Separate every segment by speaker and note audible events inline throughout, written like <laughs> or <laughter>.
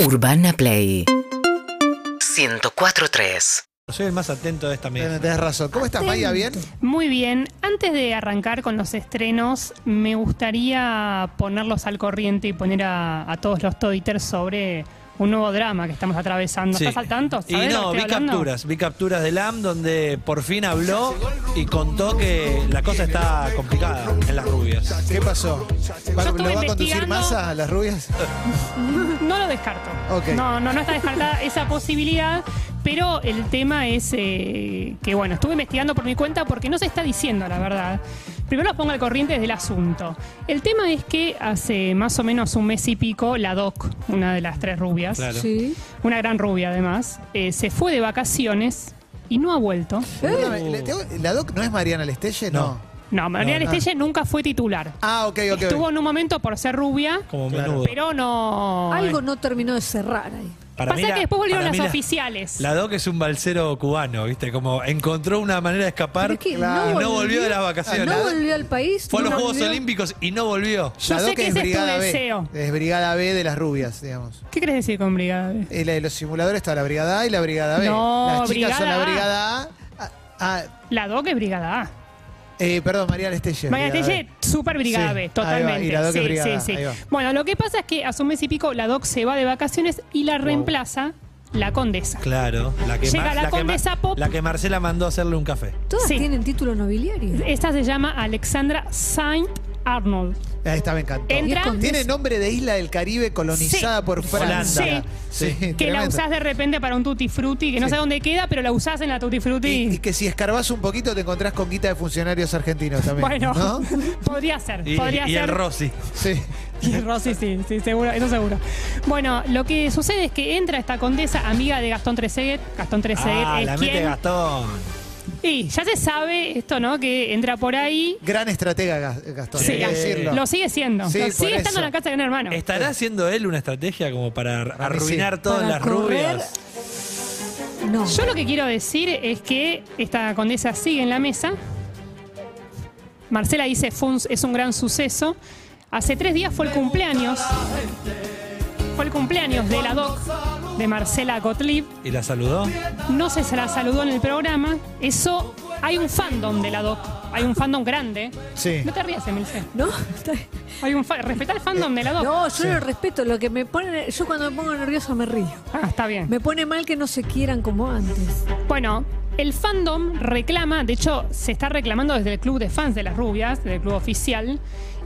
Speaker 1: Urbana Play 104.3
Speaker 2: Soy el más atento de esta mesa.
Speaker 3: Tienes razón. ¿Cómo estás, Maya? ¿Bien?
Speaker 4: Muy bien, antes de arrancar con los estrenos, me gustaría ponerlos al corriente y poner a, a todos los toditers sobre un nuevo drama que estamos atravesando.
Speaker 2: Sí.
Speaker 4: ¿Estás al tanto?
Speaker 2: Y
Speaker 4: ¿Sabés de lo
Speaker 2: no,
Speaker 4: que
Speaker 2: vi
Speaker 4: estoy hablando?
Speaker 2: capturas, vi capturas de LAM donde por fin habló y contó que la cosa está complicada en las rubias.
Speaker 3: ¿Qué pasó? ¿Va-
Speaker 4: estuve
Speaker 3: ¿Lo va a conducir
Speaker 4: investigando. Uh.
Speaker 3: masa a las rubias?
Speaker 4: No lo descarto.
Speaker 3: Ok.
Speaker 4: No, no, no está
Speaker 2: <laughs>
Speaker 4: descartada esa posibilidad, pero el tema es eh, que, bueno, estuve investigando por mi cuenta porque no se está diciendo la verdad. Primero los pongo al corriente del asunto. El tema es que hace más o menos un mes y pico, la Doc, una de las tres rubias,
Speaker 2: Claro.
Speaker 4: una gran rubia además, eh, se fue de vacaciones y no ha vuelto.
Speaker 3: Perdóname, le tengo- ¿La doc no es Mariana Lestelle? No.
Speaker 2: No.
Speaker 4: No, María
Speaker 3: No, no.
Speaker 4: Estelle nunca fue titular.
Speaker 3: Ah, ok, ok.
Speaker 4: Estuvo en un momento por ser rubia,
Speaker 2: Como
Speaker 3: Claro.
Speaker 2: menudo.
Speaker 4: pero no...
Speaker 5: Algo no terminó de cerrar ahí.
Speaker 2: Para mí
Speaker 4: Pasa
Speaker 2: la-
Speaker 4: que después volvieron
Speaker 2: para
Speaker 4: las
Speaker 2: mí la-
Speaker 4: oficiales.
Speaker 2: La Doc es un balsero cubano, ¿viste? Como encontró una manera de escapar
Speaker 5: Pero es que
Speaker 3: Claro.
Speaker 2: y no volvió de las vacaciones.
Speaker 5: No volvió al país.
Speaker 2: Fue a
Speaker 5: no
Speaker 2: los Juegos
Speaker 5: volvió.
Speaker 2: Olímpicos y no volvió.
Speaker 4: Yo
Speaker 3: la
Speaker 4: sé
Speaker 3: doc
Speaker 4: que
Speaker 3: es
Speaker 4: ese es tu
Speaker 3: Brigada B.
Speaker 4: deseo.
Speaker 3: Es Brigada B de las rubias, digamos.
Speaker 4: ¿Qué querés decir con Brigada B?
Speaker 3: Eh, la de los simuladores está la Brigada A y la Brigada B.
Speaker 4: No,
Speaker 3: las chicas son la
Speaker 4: Brigada
Speaker 3: Brigada A. Ah, ah,
Speaker 4: La DOC es Brigada A.
Speaker 3: eh, perdón, Mariana Lestelle.
Speaker 4: María
Speaker 3: Brigada
Speaker 4: Telle,
Speaker 3: B.
Speaker 4: super Brigada
Speaker 3: Sí, ahí
Speaker 4: B,
Speaker 3: va,
Speaker 4: totalmente.
Speaker 3: y la doc es
Speaker 4: Sí,
Speaker 3: Brigada A,
Speaker 4: sí, sí.
Speaker 3: ahí va.
Speaker 4: Bueno, lo que pasa es que hace un mes y pico la DOC se va de vacaciones y la reemplaza la condesa.
Speaker 2: Claro. La que,
Speaker 4: Llega
Speaker 2: Mar-
Speaker 4: la
Speaker 2: que Mar-
Speaker 4: condesa Pop.
Speaker 2: la que Marcela mandó a hacerle un café.
Speaker 5: Todas
Speaker 4: Sí.
Speaker 5: tienen título nobiliario.
Speaker 4: Esta se llama Alexandra Saint Arnold.
Speaker 3: Ahí está, Ah, me encantó.
Speaker 4: Entra-
Speaker 5: Y es con-
Speaker 3: Tiene nombre de isla del Caribe colonizada
Speaker 4: Sí.
Speaker 3: por Francia.
Speaker 4: Holanda.
Speaker 2: Sí.
Speaker 3: <laughs>
Speaker 4: Que la
Speaker 3: tremendo.
Speaker 4: usás de repente para un tutti frutti, que no
Speaker 3: Sí.
Speaker 4: sé dónde queda, pero la usás en la tutti frutti.
Speaker 3: Y, y que si escarbás un poquito te encontrás con guita de funcionarios argentinos también.
Speaker 4: <laughs> bueno,
Speaker 3: ¿no?
Speaker 4: podría ser,
Speaker 2: Y,
Speaker 4: podría
Speaker 2: y
Speaker 4: ser.
Speaker 2: el Rossi.
Speaker 3: Sí.
Speaker 4: <laughs> Y Rosy, sí, sí, seguro, eso seguro. Bueno, lo que sucede es que entra esta condesa amiga de Gastón Treseguet. Gastón Treseguet
Speaker 2: Ah,
Speaker 4: es
Speaker 2: la mete
Speaker 4: quien.
Speaker 2: Gastón.
Speaker 4: Y ya se sabe esto, ¿no? Que entra por ahí.
Speaker 3: Gran estratega, Gas- Gastón.
Speaker 4: Sí.
Speaker 3: hay que decirlo.
Speaker 4: Lo sigue siendo.
Speaker 3: Sí,
Speaker 4: Lo
Speaker 3: por
Speaker 4: sigue
Speaker 3: eso.
Speaker 4: estando en la casa de un hermano.
Speaker 2: ¿Estará haciendo él una estrategia como para ar-
Speaker 3: Para mí sí.
Speaker 2: arruinar todas
Speaker 5: Para
Speaker 2: las
Speaker 5: correr-
Speaker 2: rubias?
Speaker 5: No.
Speaker 4: Yo lo que quiero decir es que esta condesa sigue en la mesa. Marcela dice fue un- es un gran suceso. Hace tres días fue el cumpleaños. Fue el cumpleaños de la doc de Marcela Gottlieb.
Speaker 2: ¿Y la saludó?
Speaker 4: No se se la saludó en el programa. Eso, hay un fandom de la doc. Hay un fandom grande.
Speaker 3: Sí.
Speaker 4: No te rías, Emilce.
Speaker 5: No, está bien.
Speaker 4: Hay un fa- Respetá el fandom de la doc.
Speaker 5: No, yo lo respeto. Lo que me pone, yo cuando me pongo nerviosa me río.
Speaker 4: Ah, está bien.
Speaker 5: Me pone mal que no se quieran como antes.
Speaker 4: Bueno, el fandom reclama, de hecho, se está reclamando desde el club de fans de las rubias, del club oficial,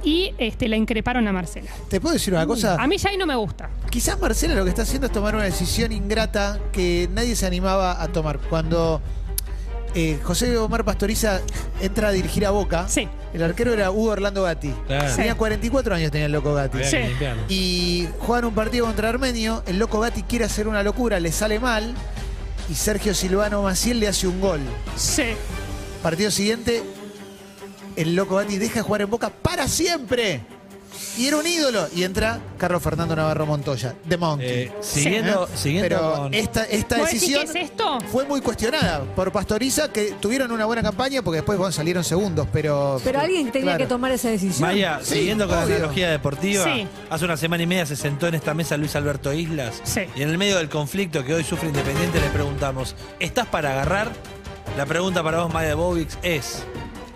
Speaker 4: y este, la increparon a Marcela.
Speaker 3: Te puedo decir una cosa.
Speaker 4: A mí ya ahí no me gusta.
Speaker 3: Quizás Marcela lo que está haciendo es tomar una decisión ingrata que nadie se animaba a tomar. Cuando eh, José Omar Pastoriza entra a dirigir a Boca,
Speaker 4: Sí.
Speaker 3: el arquero era Hugo Orlando Gatti.
Speaker 2: Claro.
Speaker 3: Tenía
Speaker 4: Sí.
Speaker 3: 44 años, tenía el loco Gatti.
Speaker 2: Había
Speaker 4: Sí.
Speaker 2: que limpiarlo.
Speaker 3: Y juegan un partido contra Armenio, el loco Gatti quiere hacer una locura, le sale mal, y Sergio Silvano Maciel le hace un gol.
Speaker 4: Sí.
Speaker 3: Partido siguiente, el loco Gatti deja de jugar en Boca para siempre. Y era un ídolo. Y entra Carlos Fernando Navarro Montoya, de Monkey.
Speaker 2: Eh, siguiendo,
Speaker 3: ¿Eh?
Speaker 2: siguiendo
Speaker 3: Pero
Speaker 2: con-
Speaker 3: esta, esta
Speaker 4: ¿Vos decís
Speaker 3: decisión
Speaker 4: que es esto?
Speaker 3: fue muy cuestionada por Pastoriza, que tuvieron una buena campaña porque después bueno, salieron segundos, pero...
Speaker 5: Pero alguien tenía
Speaker 3: claro.
Speaker 5: que tomar esa decisión.
Speaker 2: Maya,
Speaker 3: Sí,
Speaker 2: siguiendo con la
Speaker 3: obvio.
Speaker 2: analogía deportiva,
Speaker 4: Sí.
Speaker 2: hace una semana y media se sentó en esta mesa Luis Alberto Islas
Speaker 4: Sí.
Speaker 2: y en el medio del conflicto que hoy sufre Independiente le preguntamos, ¿estás para agarrar? La pregunta para vos, Maya Bobix, es,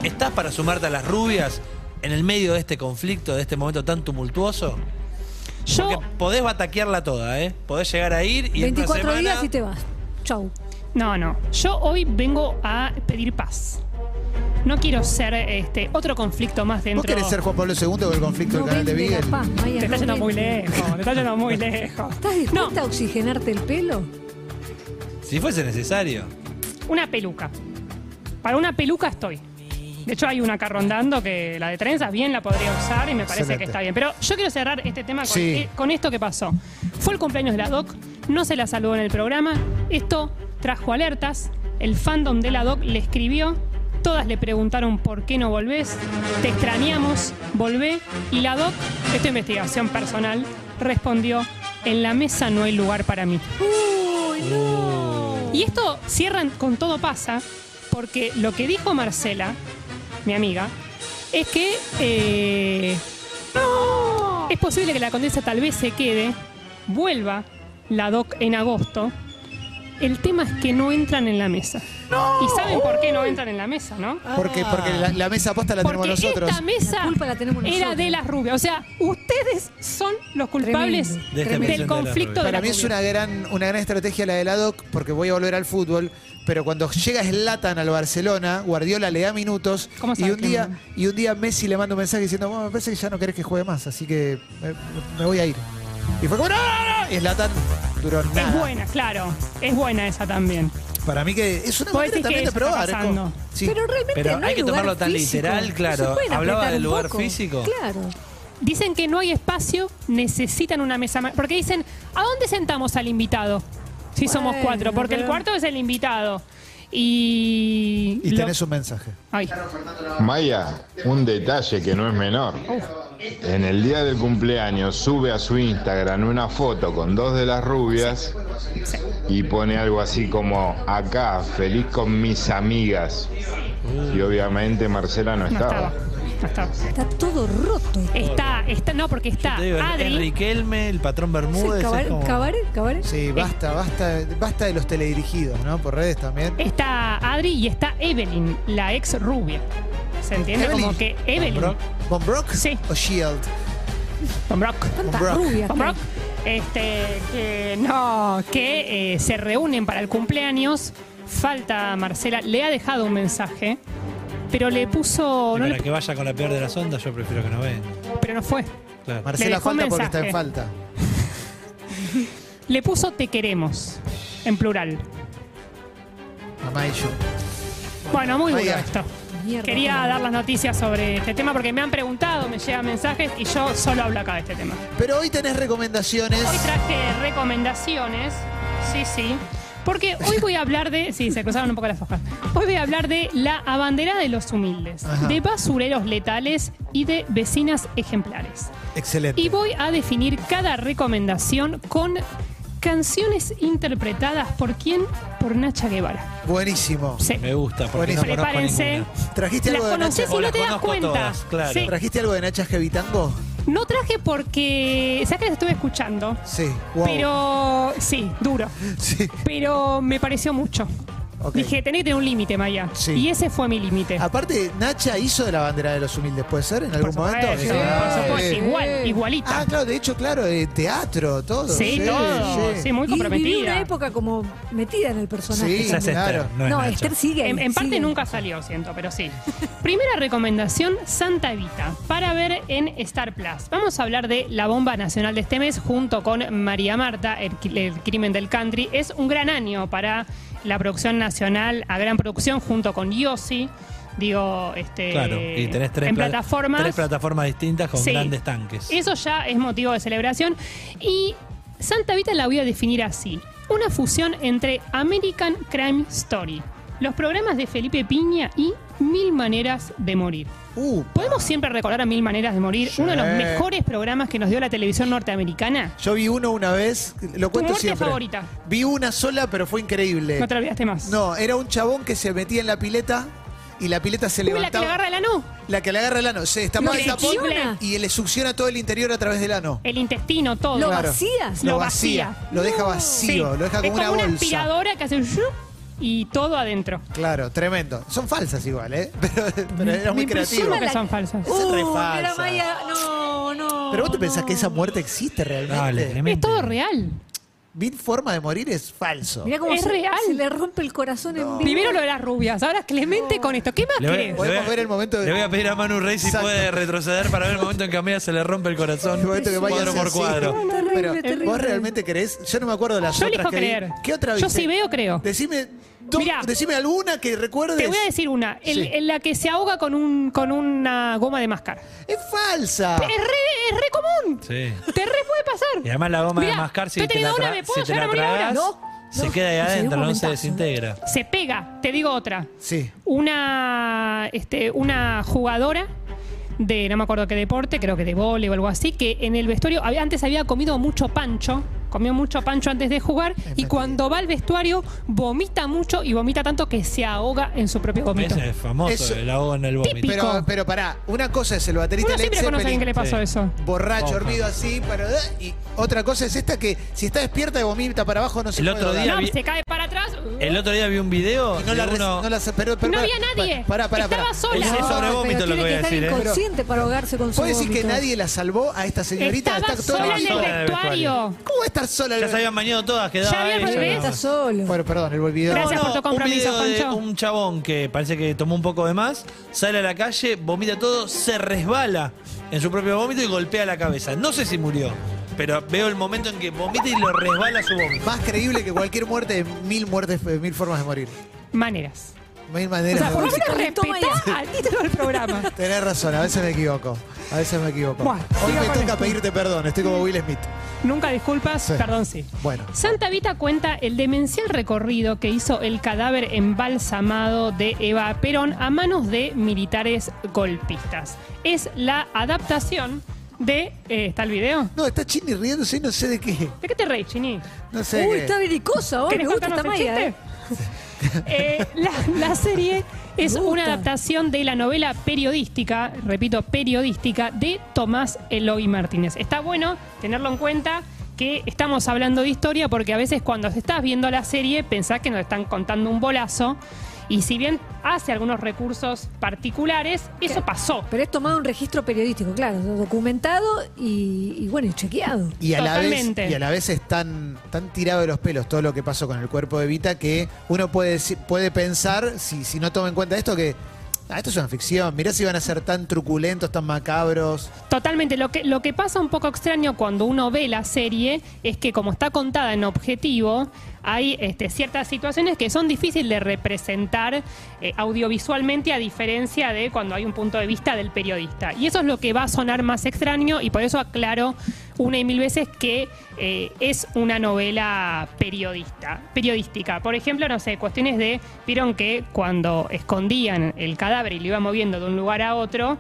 Speaker 2: ¿estás para sumarte a las rubias en el medio de este conflicto, de este momento tan tumultuoso? Porque
Speaker 4: Yo.
Speaker 2: podés bataquearla toda, ¿eh? Podés llegar a ir y en una
Speaker 5: 24
Speaker 2: semana-
Speaker 5: días y te vas. Chau.
Speaker 4: No, no. Yo hoy vengo a pedir paz. No quiero ser este, otro conflicto más dentro
Speaker 3: ¿Vos querés ser Juan Pablo II con el conflicto
Speaker 5: No
Speaker 3: del canal de
Speaker 5: vende la
Speaker 3: Miguel?
Speaker 5: paz, Maya,
Speaker 4: Te
Speaker 5: no
Speaker 4: está yendo
Speaker 5: vende.
Speaker 4: muy lejos, te está
Speaker 3: <laughs>
Speaker 4: yendo muy lejos.
Speaker 5: ¿Estás
Speaker 4: No,
Speaker 5: dispuesta a oxigenarte el pelo?
Speaker 2: Si fuese necesario.
Speaker 4: una peluca. Para una peluca estoy. De hecho, hay una acá rondando que la de trenzas bien la podría usar y me parece
Speaker 3: Excelente.
Speaker 4: que está bien. Pero yo quiero cerrar este tema con,
Speaker 3: Sí.
Speaker 4: eh, con esto que pasó. Fue el cumpleaños de la DOC, no se la saludó en el programa. Esto trajo alertas. El fandom de la DOC le escribió. Todas le preguntaron por qué no volvés. Te extrañamos, volvé. Y la DOC, esta investigación personal, respondió: En la mesa no hay lugar para mí.
Speaker 5: Uy, no.
Speaker 4: Y esto cierran con todo pasa, porque lo que dijo Marcela, mi amiga, es que eh, es posible que la condesa tal vez se quede, vuelva, la DOC en agosto, el tema es que no entran en la mesa. ¿Y saben por qué no entran en la mesa, no?
Speaker 3: Porque, porque la, la mesa aposta la
Speaker 4: Ah. Porque
Speaker 3: tenemos nosotros.
Speaker 4: esta mesa
Speaker 5: La culpa la tenemos
Speaker 4: era
Speaker 5: nosotros.
Speaker 4: de las rubias. O sea, ustedes son los culpables
Speaker 5: Tremendo.
Speaker 2: De esta
Speaker 4: del
Speaker 2: versión de las
Speaker 4: conflicto
Speaker 2: rubias.
Speaker 4: de
Speaker 3: Para
Speaker 4: las
Speaker 3: mí es
Speaker 4: rubias.
Speaker 3: una gran, una gran estrategia la de la DOC, porque voy a volver al fútbol, pero cuando llega Slatan al Barcelona, Guardiola le da minutos
Speaker 4: ¿Cómo
Speaker 3: y
Speaker 4: sabe
Speaker 3: un
Speaker 4: que
Speaker 3: día
Speaker 4: no?
Speaker 3: y un día Messi le manda un mensaje diciendo, bueno, me parece que ya no querés que juegue más, así que me, me voy a ir. Y fue como, "No, no, no", Y Slatan duró nada.
Speaker 4: Es buena, claro. Es buena esa también.
Speaker 3: Para mí que es una
Speaker 4: Vos
Speaker 3: manera
Speaker 4: decís
Speaker 3: también
Speaker 4: que
Speaker 3: de
Speaker 4: eso está
Speaker 3: probar. es como-
Speaker 4: pasando.
Speaker 3: sí.
Speaker 5: Pero realmente
Speaker 2: Pero
Speaker 5: no
Speaker 2: hay que
Speaker 5: lugar
Speaker 2: tomarlo tan
Speaker 5: físico.
Speaker 2: literal,
Speaker 5: Se
Speaker 2: claro.
Speaker 5: pueden
Speaker 2: Hablaba
Speaker 5: apretar
Speaker 2: del
Speaker 5: un
Speaker 2: lugar
Speaker 5: poco.
Speaker 2: físico.
Speaker 5: Claro.
Speaker 4: Dicen que no hay espacio, necesitan una mesa más. Porque dicen, ¿a dónde sentamos al invitado? Si somos
Speaker 5: Bueno,
Speaker 4: cuatro, porque el
Speaker 5: pero-
Speaker 4: cuarto es el invitado. Y.
Speaker 3: y
Speaker 4: lo-
Speaker 3: tenés un mensaje.
Speaker 4: Ay.
Speaker 1: Maya, un detalle que no es menor.
Speaker 4: uh,
Speaker 1: En el día del cumpleaños sube a su Instagram una foto con dos de las rubias y pone algo así como acá, feliz con mis amigas. Y obviamente Marcela no
Speaker 4: No
Speaker 1: estaba.
Speaker 4: estaba. No estaba.
Speaker 5: Está todo roto.
Speaker 4: Está, está, no, porque está
Speaker 2: Te digo, el-
Speaker 4: Adri.
Speaker 2: Enriquelme, el patrón
Speaker 5: Sí,
Speaker 2: Bermúdez. es
Speaker 5: cabaret,
Speaker 2: como-
Speaker 5: cabaret, cabaret.
Speaker 3: Sí, basta, basta, basta de los teledirigidos, ¿no? Por redes también.
Speaker 4: Está Adri y está Evelyn, la ex rubia. ¿Se entiende?
Speaker 3: Evelyn.
Speaker 4: Como que Evelyn.
Speaker 2: Brock.
Speaker 3: ¿Von Brock
Speaker 4: Sí.
Speaker 3: o Shield?
Speaker 4: Tom Brock.
Speaker 5: Tantas
Speaker 3: Brock.
Speaker 5: rubias.
Speaker 4: Tom
Speaker 5: que-
Speaker 4: Brock. Este, que no, que eh, se reúnen para el cumpleaños. Falta Marcela, le ha dejado un mensaje, pero le puso.
Speaker 2: Y
Speaker 4: no le-
Speaker 2: para que vaya con la peor de las ondas, yo prefiero que no venga.
Speaker 4: pero no fue.
Speaker 2: Claro.
Speaker 4: Le
Speaker 3: Marcela
Speaker 4: dejó un
Speaker 3: falta porque está en
Speaker 4: mensaje.
Speaker 3: falta.
Speaker 4: Le puso te queremos, en plural.
Speaker 3: Mamá y yo.
Speaker 4: Bueno, muy bueno
Speaker 3: Vaya.
Speaker 4: esto.
Speaker 5: Mierda,
Speaker 4: Quería
Speaker 5: cómo-
Speaker 4: dar las noticias sobre este tema porque me han preguntado, me llegan mensajes y yo solo hablo acá de este tema.
Speaker 3: Pero hoy tenés recomendaciones.
Speaker 4: Hoy traje recomendaciones. Sí, sí. Porque hoy voy a hablar de. Sí, se cruzaron un poco las hojas. Hoy voy a hablar de la abanderada de los humildes,
Speaker 3: Ajá.
Speaker 4: de basureros letales y de vecinas ejemplares.
Speaker 3: Excelente.
Speaker 4: Y voy a definir cada recomendación con canciones interpretadas por quién? Por Nacha Guevara.
Speaker 3: Buenísimo.
Speaker 4: Sí.
Speaker 2: Me gusta, porque
Speaker 3: Buenísimo.
Speaker 2: no conozco
Speaker 4: Prepárense.
Speaker 2: ninguna.
Speaker 3: ¿Trajiste
Speaker 4: Las
Speaker 3: algo de
Speaker 4: conoces
Speaker 3: Nacha?
Speaker 2: O
Speaker 4: y no
Speaker 2: las
Speaker 4: te das
Speaker 2: conozco
Speaker 4: cuenta.
Speaker 2: todas, claro.
Speaker 4: Sí.
Speaker 3: ¿Trajiste algo de Nacha Gevitango?
Speaker 4: No traje porque. ¿Sabes que las estuve escuchando?
Speaker 3: Sí. Wow.
Speaker 4: Pero. Sí, duro.
Speaker 3: Sí.
Speaker 4: Pero me pareció mucho.
Speaker 3: Ok.
Speaker 4: Dije, tenés que tener un límite, Maya.
Speaker 3: Sí.
Speaker 4: Y ese fue mi límite.
Speaker 3: Aparte, Nacha hizo de la bandera de los humildes, ¿puede ser? ¿En algún
Speaker 4: Por supuesto,
Speaker 3: momento?
Speaker 4: sí,
Speaker 3: Sí.
Speaker 4: por supuesto,
Speaker 3: Sí.
Speaker 4: igual, igualita.
Speaker 3: Ah, claro, de hecho, claro, eh, teatro, todo.
Speaker 4: sí, todo. Sí, muy
Speaker 5: Y viví
Speaker 4: comprometida.
Speaker 5: una época como metida en el personaje.
Speaker 3: Sí,
Speaker 2: Esa es
Speaker 5: también.
Speaker 2: Esther,
Speaker 3: claro.
Speaker 2: no es
Speaker 5: no,
Speaker 2: Nacha.
Speaker 5: Esther sigue. ahí,
Speaker 4: En, en parte
Speaker 5: sigue.
Speaker 4: nunca salió, siento, pero sí. Primera recomendación, Santa Evita, para ver en Star Plus. Vamos a hablar de la bomba nacional de este mes junto con María Marta, el, cri- el crimen del country. Es un gran año para la producción nacional, a gran producción, junto con Yossi. Digo, este,
Speaker 2: Claro, y tenés tres,
Speaker 4: en
Speaker 2: pla-
Speaker 4: plataformas.
Speaker 2: tres plataformas distintas con
Speaker 4: Sí.
Speaker 2: grandes tanques.
Speaker 4: Eso ya es motivo de celebración. Y Santa Vita la voy a definir así: una fusión entre American Crime Story, los programas de Felipe Piña y Mil Maneras de Morir.
Speaker 3: Uh,
Speaker 4: Podemos siempre recordar a Mil Maneras de Morir,
Speaker 3: Sí.
Speaker 4: uno de los mejores programas que nos dio la televisión norteamericana.
Speaker 3: yo vi uno una vez, lo cuento
Speaker 4: muerte
Speaker 3: siempre.
Speaker 4: favorita?
Speaker 3: Vi una sola, pero fue increíble.
Speaker 4: No te olvidaste más.
Speaker 3: No, era un chabón que se metía en la pileta y la pileta se
Speaker 4: Uy, la que
Speaker 3: levantaba.
Speaker 4: le agarra el ano,
Speaker 3: La que le agarra el ano. Se destapa
Speaker 4: Lo
Speaker 3: el tapón
Speaker 4: succiona.
Speaker 3: y le succiona todo el interior a través del ano.
Speaker 4: el intestino, todo.
Speaker 5: Lo
Speaker 3: Claro.
Speaker 5: vacías.
Speaker 4: Lo
Speaker 3: Lo vacía.
Speaker 4: vacía.
Speaker 3: Lo deja
Speaker 4: Sí.
Speaker 3: vacío. Lo deja
Speaker 4: es
Speaker 3: como una bolsa.
Speaker 4: aspiradora que hace shup y todo adentro.
Speaker 3: Claro, tremendo. Son falsas igual, ¿eh? <laughs> Pero, pero era muy
Speaker 4: Me
Speaker 3: creativo.
Speaker 4: impresiona que son falsas.
Speaker 3: Esa es re
Speaker 5: Uh,
Speaker 3: falsa.
Speaker 5: era Maya. No, no.
Speaker 3: Pero vos te
Speaker 5: no.
Speaker 3: pensás que esa muerte existe
Speaker 2: Dale,
Speaker 3: realmente.
Speaker 2: tremendo.
Speaker 4: Es todo real.
Speaker 3: Mil forma de morir es falso.
Speaker 5: Mirá cómo
Speaker 4: Es
Speaker 5: se,
Speaker 4: real.
Speaker 5: se le rompe el corazón en vivo.
Speaker 4: Primero lo de las rubias, ahora Clemente con esto. ¿Qué más
Speaker 2: Le voy-
Speaker 4: querés?
Speaker 2: le voy a-
Speaker 3: Podemos ver el momento de-
Speaker 2: Le voy a pedir a Manu Rey si
Speaker 3: Exacto.
Speaker 2: puede retroceder para ver el momento en que a Mía se le rompe el corazón.
Speaker 3: El momento que vaya
Speaker 2: cuadro
Speaker 3: a ser
Speaker 2: por
Speaker 3: así.
Speaker 2: cuadro.
Speaker 5: Terrible,
Speaker 3: Pero
Speaker 5: terrible.
Speaker 3: vos realmente crees, yo no me acuerdo de las
Speaker 4: Yo
Speaker 3: otras
Speaker 4: elijo
Speaker 3: que
Speaker 4: creer.
Speaker 3: vi. ¿Qué otra
Speaker 4: Yo
Speaker 3: viste?
Speaker 4: si veo, creo.
Speaker 3: Decime, do-
Speaker 4: Mirá.
Speaker 3: decime alguna que recuerdes.
Speaker 4: Te voy a decir una, el-
Speaker 3: Sí.
Speaker 4: en la que se ahoga con un con una goma de mascar.
Speaker 3: Es falsa.
Speaker 4: Es, re, es re común.
Speaker 2: Sí.
Speaker 4: Te re puede pasar.
Speaker 2: Y además la goma
Speaker 4: Mirá,
Speaker 2: de mascar, si
Speaker 4: estoy
Speaker 2: te la,
Speaker 4: teniendo una,
Speaker 2: tra-
Speaker 4: ¿me puedo
Speaker 2: si te
Speaker 4: llegar
Speaker 2: la
Speaker 4: a morir ahora?
Speaker 2: tragas,
Speaker 4: No,
Speaker 2: se
Speaker 5: no,
Speaker 2: queda ahí
Speaker 5: sería un
Speaker 2: adentro, no se
Speaker 5: momentazo.
Speaker 2: desintegra.
Speaker 4: Se pega, te digo otra.
Speaker 3: Sí.
Speaker 4: Una este una jugadora de no me acuerdo qué deporte, creo que de vóley o algo así, que en el vestuario había- antes había comido mucho pancho comió mucho pancho antes de jugar y
Speaker 3: mentira.
Speaker 4: cuando va al vestuario vomita mucho y vomita tanto que se ahoga en su propio vómito.
Speaker 2: Ese es famoso,
Speaker 3: Eso-
Speaker 2: el ahogo en el vómito.
Speaker 4: Típico.
Speaker 3: Pero, pero pará, una cosa es el baterista
Speaker 4: Uno
Speaker 3: Led
Speaker 4: siempre conoce a alguien que le
Speaker 3: Zeppelin,
Speaker 4: pasó
Speaker 2: Sí.
Speaker 4: eso.
Speaker 3: borracho,
Speaker 2: Ojo.
Speaker 3: dormido así, pero, y otra cosa es esta que si está despierta y vomita para abajo no se
Speaker 2: El
Speaker 3: puede
Speaker 2: otro día
Speaker 3: drogar.
Speaker 4: No,
Speaker 2: vi-
Speaker 4: se cae para atrás. uh,
Speaker 2: El otro día vi un video
Speaker 3: Y no
Speaker 2: de
Speaker 3: la, res-
Speaker 2: uno-
Speaker 3: no la se- pero- pero-
Speaker 4: No
Speaker 3: pará,
Speaker 4: había nadie.
Speaker 3: Pará, pará,
Speaker 4: Estaba
Speaker 3: pará.
Speaker 4: sola.
Speaker 2: Ese sobre
Speaker 5: pero
Speaker 2: vómito es lo
Speaker 5: tiene
Speaker 2: que voy a
Speaker 5: estar
Speaker 2: decir, ¿eh?
Speaker 5: inconsciente para ahogarse con su
Speaker 3: ¿Puedes decir que
Speaker 5: vómito.
Speaker 3: nadie la salvó a esta señorita?
Speaker 4: Estaba
Speaker 3: Está toda
Speaker 4: sola en el
Speaker 2: sola en el
Speaker 4: vestuario.
Speaker 3: ¿Cómo va a estar sola?
Speaker 2: Ya se habían bañado todas, quedaba
Speaker 4: Ya había
Speaker 2: ella.
Speaker 4: bebés.
Speaker 5: Está solo.
Speaker 3: Bueno, perdón, el video.
Speaker 4: Gracias. por tu compromiso,
Speaker 2: un video de
Speaker 4: Pancho.
Speaker 2: un chabón que parece que tomó un poco de más, sale a la calle, vomita todo, se resbala en su propio vómito y golpea la cabeza. No sé si murió, pero veo el momento en que vomita y lo resbala su vómito.
Speaker 3: Más creíble que cualquier muerte de mil muertes, de mil formas de morir.
Speaker 4: Maneras.
Speaker 3: Mil
Speaker 4: O
Speaker 3: maneras
Speaker 4: sea,
Speaker 3: de
Speaker 4: por lo
Speaker 3: morir.
Speaker 4: menos
Speaker 5: Toma y
Speaker 4: respetá al <laughs> título del programa.
Speaker 3: Tenés razón, a veces me equivoco. A veces me equivoco.
Speaker 5: Bueno,
Speaker 3: Hoy
Speaker 5: siga
Speaker 3: me
Speaker 5: con
Speaker 3: toca
Speaker 5: esto.
Speaker 3: pedirte perdón, estoy como Will Smith.
Speaker 4: Nunca disculpas,
Speaker 3: Sí.
Speaker 4: perdón sí.
Speaker 3: Bueno.
Speaker 4: Santa Vita cuenta el demencial recorrido que hizo el cadáver embalsamado de Eva Perón a manos de militares golpistas. Es la adaptación de... eh, ¿Está el video?
Speaker 3: No, está Chini riéndose y no sé de qué.
Speaker 4: ¿De qué te reís, Chini?
Speaker 3: No sé. de
Speaker 5: Uy,
Speaker 3: qué.
Speaker 5: está belicosa hoy. Me
Speaker 4: ¿Querés
Speaker 5: gusta
Speaker 4: contarnos
Speaker 5: esta
Speaker 4: el
Speaker 5: maya, ¿eh?
Speaker 4: chiste? Eh, la, la serie es
Speaker 5: Me gusta.
Speaker 4: una adaptación de la novela periodística, repito, periodística, de Tomás Eloy Martínez. Está bueno tenerlo en cuenta que estamos hablando de historia porque a veces cuando estás viendo la serie pensás que nos están contando un bolazo y si bien hace algunos recursos particulares, eso pasó.
Speaker 5: Pero es tomado un registro periodístico, claro, documentado y, y bueno, y chequeado.
Speaker 3: Y a, la vez,
Speaker 4: Totalmente.
Speaker 3: y a la vez es tan, tan tirado de los pelos todo lo que pasó con el cuerpo de Vita que uno puede, decir- puede pensar, si, si no toma en cuenta esto, que ah, esto es una ficción. Mirá si van a ser tan truculentos, tan macabros.
Speaker 4: Totalmente. Lo que, lo que pasa un poco extraño cuando uno ve la serie es que como está contada en objetivo, hay este, ciertas situaciones que son difíciles de representar eh, audiovisualmente a diferencia de cuando hay un punto de vista del periodista. Y eso es lo que va a sonar más extraño y por eso aclaro una y mil veces que eh, es una novela periodista, periodística. Por ejemplo, no sé, cuestiones de, vieron que cuando escondían el cadáver y lo iban moviendo de un lugar a otro,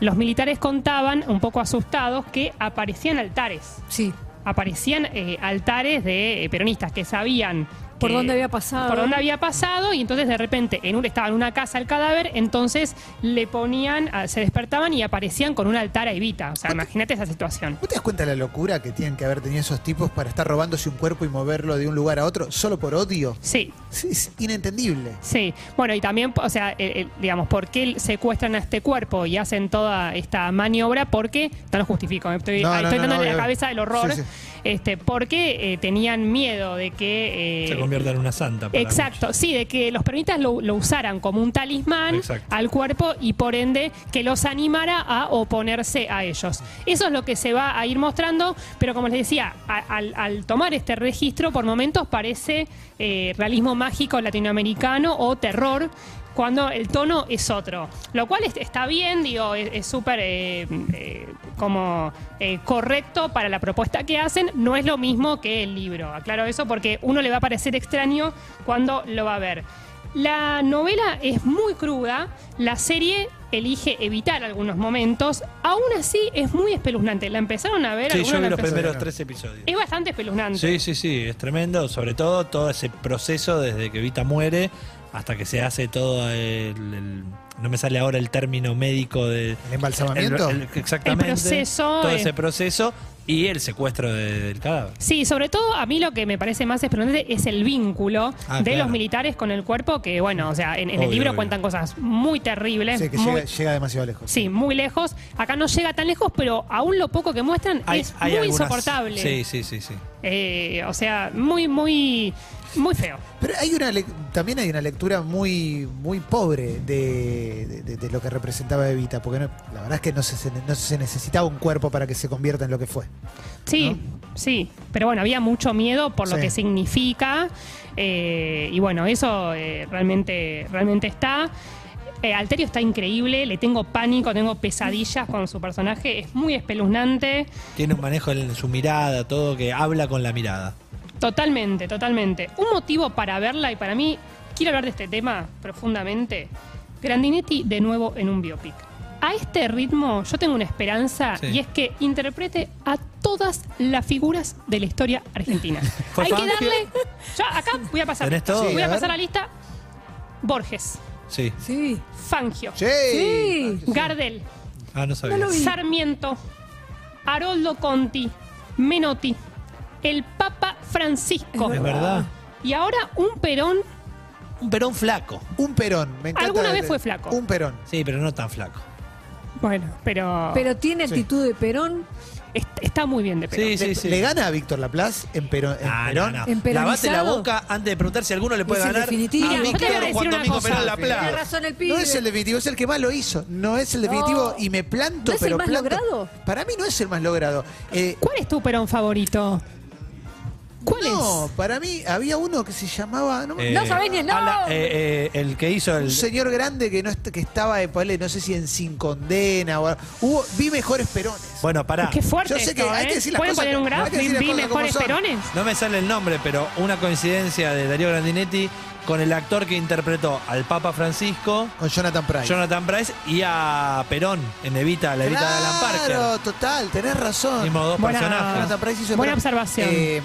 Speaker 4: los militares contaban, un poco asustados, que aparecían altares.
Speaker 5: Sí.
Speaker 4: Aparecían eh, altares de eh, peronistas que sabían.
Speaker 5: Por
Speaker 4: que-
Speaker 5: dónde había pasado.
Speaker 4: Por dónde había pasado, y entonces de repente en un, estaba en una casa el cadáver, entonces le ponían, ah, se despertaban y aparecían con un altar a Evita. O sea, imagínate esa situación.
Speaker 3: ¿Vos te das cuenta de la locura que tienen que haber tenido esos tipos para estar robándose un cuerpo y moverlo de un lugar a otro solo por odio?
Speaker 4: Sí,
Speaker 3: Es, es inentendible.
Speaker 4: Sí, bueno, y también, o sea, eh, eh, digamos, ¿por qué secuestran a este cuerpo y hacen toda esta maniobra? Porque, no lo justifico, me estoy,
Speaker 3: No,
Speaker 4: ah,
Speaker 3: no,
Speaker 4: estoy
Speaker 3: no,
Speaker 4: dándole
Speaker 3: no,
Speaker 4: la
Speaker 3: obvio.
Speaker 4: cabeza del horror,
Speaker 3: Sí, sí.
Speaker 4: este, porque eh, tenían miedo de que... eh,
Speaker 2: Se convierte en una santa. para
Speaker 4: Exacto, sí, de que los peronistas lo, lo usaran como un talismán
Speaker 2: Exacto.
Speaker 4: al cuerpo y por ende que los animara a oponerse a ellos. Eso es lo que se va a ir mostrando, pero como les decía, a- al, al tomar este registro, por momentos parece eh, realismo mágico latinoamericano o terror. Cuando el tono es otro. Lo cual es- está bien, digo, es es súper eh, eh, como eh, correcto para la propuesta que hacen. No es lo mismo que el libro. Aclaro eso porque uno le va a parecer extraño cuando lo va a ver. La novela es muy cruda, la serie elige evitar algunos momentos, aún así es muy espeluznante. La empezaron a ver,
Speaker 2: muchos. Sí,
Speaker 4: algunos
Speaker 2: yo vi
Speaker 4: la
Speaker 2: los
Speaker 4: empezaron-
Speaker 2: primeros tres episodios.
Speaker 4: es bastante espeluznante.
Speaker 2: Sí, sí, sí, es tremendo. Sobre todo todo ese proceso desde que Vita muere hasta que se hace todo el... el- no me sale ahora el término médico de...
Speaker 3: ¿El embalsamamiento?
Speaker 2: el- el- exactamente.
Speaker 4: El proceso,
Speaker 2: Todo
Speaker 4: eh.
Speaker 2: ese proceso y el secuestro de- del cadáver.
Speaker 4: Sí, sobre todo a mí lo que me parece más espeluznante es el vínculo
Speaker 2: Ah,
Speaker 4: de
Speaker 2: claro.
Speaker 4: los militares con el cuerpo, que bueno, o sea, en, en
Speaker 2: Obvio,
Speaker 4: el libro
Speaker 2: obvio.
Speaker 4: cuentan cosas muy terribles.
Speaker 3: Sí, que
Speaker 4: muy-
Speaker 3: llega, llega demasiado lejos.
Speaker 4: sí, muy lejos. Acá no llega tan lejos, pero aún lo poco que muestran
Speaker 2: Hay-
Speaker 4: es
Speaker 2: hay
Speaker 4: muy
Speaker 2: algunas-
Speaker 4: insoportable.
Speaker 2: Sí, sí, sí, sí.
Speaker 4: Eh, o sea, muy, muy, muy feo.
Speaker 3: Pero hay una lec- también hay una lectura muy muy pobre de, de- de- de lo que representaba Evita, porque no- la verdad es que no se, se- no se necesitaba un cuerpo para que se convierta en lo que fue.
Speaker 4: Sí, sí, pero bueno, había mucho miedo por lo
Speaker 3: Sí.
Speaker 4: que significa eh, y bueno, eso eh, realmente, realmente está. Eh, Alterio está increíble, le tengo pánico, tengo pesadillas con su personaje, es muy espeluznante.
Speaker 2: Tiene un manejo en su mirada, todo que habla con la mirada.
Speaker 4: Totalmente, totalmente. Un motivo para verla y para mí, quiero hablar de este tema profundamente. Grandinetti de nuevo en un biopic. A este ritmo yo tengo una esperanza
Speaker 2: Sí.
Speaker 4: y es que interprete a todas las figuras de la historia argentina.
Speaker 2: Por
Speaker 4: Hay que
Speaker 2: favor.
Speaker 4: darle. Yo acá voy a pasar.
Speaker 2: ¿Tenés todo?
Speaker 4: Voy
Speaker 3: Sí,
Speaker 4: a
Speaker 3: a
Speaker 4: pasar
Speaker 3: ver.
Speaker 4: la lista. Borges,
Speaker 2: Sí.
Speaker 5: Sí.
Speaker 4: Fangio,
Speaker 3: Sí.
Speaker 5: Sí.
Speaker 4: Gardel,
Speaker 2: Ah, no sabía.
Speaker 5: No lo vi.
Speaker 4: Sarmiento, Haroldo Conti, Menotti, el Papa Francisco.
Speaker 2: Es verdad.
Speaker 4: Y ahora un Perón
Speaker 2: Un perón flaco.
Speaker 3: Un perón. Me encanta
Speaker 4: Alguna vez
Speaker 3: el-
Speaker 4: fue flaco.
Speaker 3: Un perón.
Speaker 2: Sí, pero no tan flaco.
Speaker 4: Bueno, pero,
Speaker 5: Pero tiene actitud de Perón.
Speaker 4: est- está muy bien de Perón.
Speaker 2: Sí, sí, sí.
Speaker 3: ¿Le gana a Víctor Laplace en Perón? en
Speaker 2: Ah, no,
Speaker 3: Perón?
Speaker 2: no.
Speaker 5: ¿En
Speaker 2: Lavate la
Speaker 5: peronizado?
Speaker 2: boca antes de preguntar si alguno le puede
Speaker 5: Es el
Speaker 2: ganar.
Speaker 5: definitivo.
Speaker 2: a
Speaker 5: Mira,
Speaker 4: yo te voy a
Speaker 2: Víctor
Speaker 4: decir
Speaker 2: Juan
Speaker 4: una
Speaker 2: Domingo
Speaker 4: cosa.
Speaker 2: Perón La
Speaker 5: Tiene
Speaker 2: Plata.
Speaker 5: razón el pibe.
Speaker 3: No es el definitivo, es el que más lo hizo. No es el definitivo
Speaker 5: No.
Speaker 3: y me planto,
Speaker 5: ¿No es el
Speaker 3: pero
Speaker 5: más
Speaker 3: planto.
Speaker 5: logrado?
Speaker 3: Para mí no es el más logrado. Eh,
Speaker 4: ¿Cuál es tu Perón favorito? ¿Cuál
Speaker 3: no,
Speaker 4: es?
Speaker 3: para mí había uno que se llamaba. No, me-
Speaker 5: No sabés ni el nombre.
Speaker 2: ala- eh, eh, el que hizo el.
Speaker 3: un señor grande que no est- que estaba, eh, ponele, no sé si en Sin Condena o algo. Hubo, vi mejores perones.
Speaker 2: Bueno, pará.
Speaker 4: Qué fuerte.
Speaker 3: Yo sé que
Speaker 4: esto,
Speaker 3: hay que
Speaker 4: ¿eh?
Speaker 3: decir las
Speaker 4: ¿Pueden
Speaker 3: cosas
Speaker 4: poner un
Speaker 3: como- hay
Speaker 4: graf?
Speaker 3: que decir las
Speaker 4: ¿Vi
Speaker 3: cosas como
Speaker 4: mejores
Speaker 3: son.
Speaker 4: perones?
Speaker 2: No me sale el nombre, pero una coincidencia de Darío Grandinetti con el actor que interpretó al Papa Francisco,
Speaker 3: Con Jonathan Price.
Speaker 2: Jonathan Price, y a Perón en Evita, la Evita de Alan Parker.
Speaker 3: Claro, total, tenés razón.
Speaker 2: Mismos dos
Speaker 4: Buena-
Speaker 2: personajes.
Speaker 3: Jonathan Price hizo
Speaker 4: Buena
Speaker 3: Perón.
Speaker 4: observación.
Speaker 3: Eh,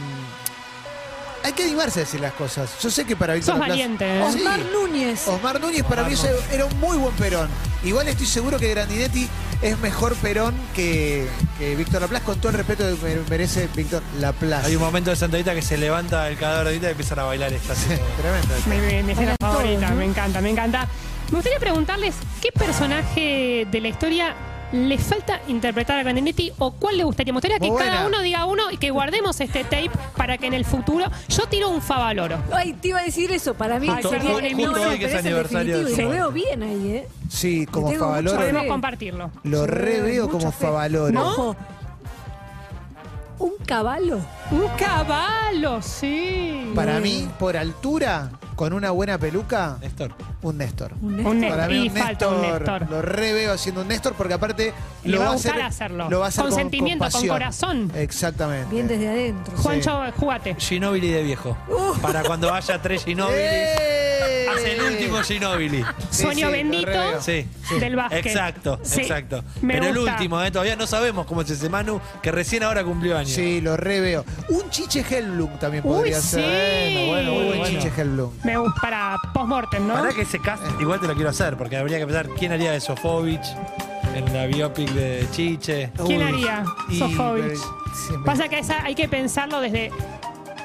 Speaker 3: hay que animarse a decir las cosas. Yo sé que para Víctor
Speaker 4: Sos
Speaker 3: Laplace-
Speaker 4: valiente, ¿eh?
Speaker 3: Sí. Oh.
Speaker 5: Osmar Núñez.
Speaker 3: Osmar Núñez para mí
Speaker 2: Núñez.
Speaker 3: era un muy buen Perón. Igual estoy seguro que Grandinetti es mejor Perón que, que Víctor Laplace, con todo el respeto que me- merece Víctor Laplace.
Speaker 2: Hay un momento de Santa Evita que se levanta el cadáver de Evita y empiezan a bailar esta. así como-
Speaker 3: Tremendo.
Speaker 4: Mi, mi- mi escena
Speaker 5: Bailan todos,
Speaker 4: favorita,
Speaker 5: ¿no?
Speaker 4: me encanta, me encanta. Me gustaría preguntarles qué personaje de la historia les falta interpretar a Grandinetti o cuál le gustaría. Me gustaría que
Speaker 3: Muy
Speaker 4: cada
Speaker 3: buena.
Speaker 4: uno diga uno y que guardemos este tape para que en el futuro. Yo tiro un Favaloro.
Speaker 5: Ay, te iba a decir eso. Para mí
Speaker 2: Justo-
Speaker 5: sería
Speaker 2: justo
Speaker 5: el nombre,
Speaker 2: hoy que es
Speaker 5: pero el
Speaker 2: aniversario de
Speaker 5: definitivo.
Speaker 2: su
Speaker 5: Y lo veo
Speaker 2: muerte.
Speaker 5: bien ahí, ¿eh?
Speaker 3: Sí, como
Speaker 5: Tengo mucho
Speaker 3: Favaloro.
Speaker 5: respeto.
Speaker 4: Podemos compartirlo.
Speaker 3: Lo
Speaker 5: Sí,
Speaker 3: re veo
Speaker 5: mucha
Speaker 3: como
Speaker 5: fe.
Speaker 3: Favaloro.
Speaker 5: Ojo, Un caballo.
Speaker 4: Un caballo, sí.
Speaker 3: Para mí, por altura, con una buena peluca,
Speaker 2: Néstor.
Speaker 3: un Néstor.
Speaker 5: Un
Speaker 4: Un
Speaker 5: Néstor.
Speaker 3: Para
Speaker 4: Néstor.
Speaker 3: mí
Speaker 4: Y
Speaker 3: un
Speaker 4: falta un
Speaker 3: Néstor,
Speaker 4: Néstor.
Speaker 3: lo re veo haciendo un Néstor porque aparte
Speaker 4: Le
Speaker 3: lo
Speaker 4: va
Speaker 3: va
Speaker 4: a
Speaker 3: a hacer,
Speaker 4: gustar hacerlo.
Speaker 3: lo va a hacer
Speaker 4: Con sentimiento, con
Speaker 3: pasión.
Speaker 4: corazón.
Speaker 3: Exactamente.
Speaker 5: Bien desde adentro.
Speaker 4: Juancho, jugate.
Speaker 2: Ginobili de viejo. Para cuando haya tres Ginobilis.
Speaker 3: <laughs> ¡Eh!
Speaker 2: Hace el último Ginobili.
Speaker 3: Sí, sí,
Speaker 4: Sueño
Speaker 3: lo
Speaker 4: bendito
Speaker 3: reveo.
Speaker 2: Sí.
Speaker 4: del básquet.
Speaker 2: Exacto,
Speaker 4: Sí,
Speaker 2: exacto.
Speaker 4: me
Speaker 2: Pero el
Speaker 4: gusta.
Speaker 2: último, ¿eh? todavía no sabemos cómo es ese Manu, que recién ahora cumplió años.
Speaker 3: Sí, lo reveo. Un chiche Hellblum también podría
Speaker 4: sí.
Speaker 3: ser.
Speaker 4: Bueno, bueno,
Speaker 3: Un
Speaker 4: bueno.
Speaker 3: chiche Hellblum.
Speaker 4: Me gusta para postmortem, ¿no?
Speaker 2: Para que se cast igual te lo quiero hacer, porque habría que pensar quién haría de Sofovich en la biopic de Chiche.
Speaker 4: ¿Quién
Speaker 3: Uy,
Speaker 4: haría?
Speaker 3: y-
Speaker 4: Sofovich.
Speaker 3: sí, me-
Speaker 4: Pasa que esa hay que pensarlo desde.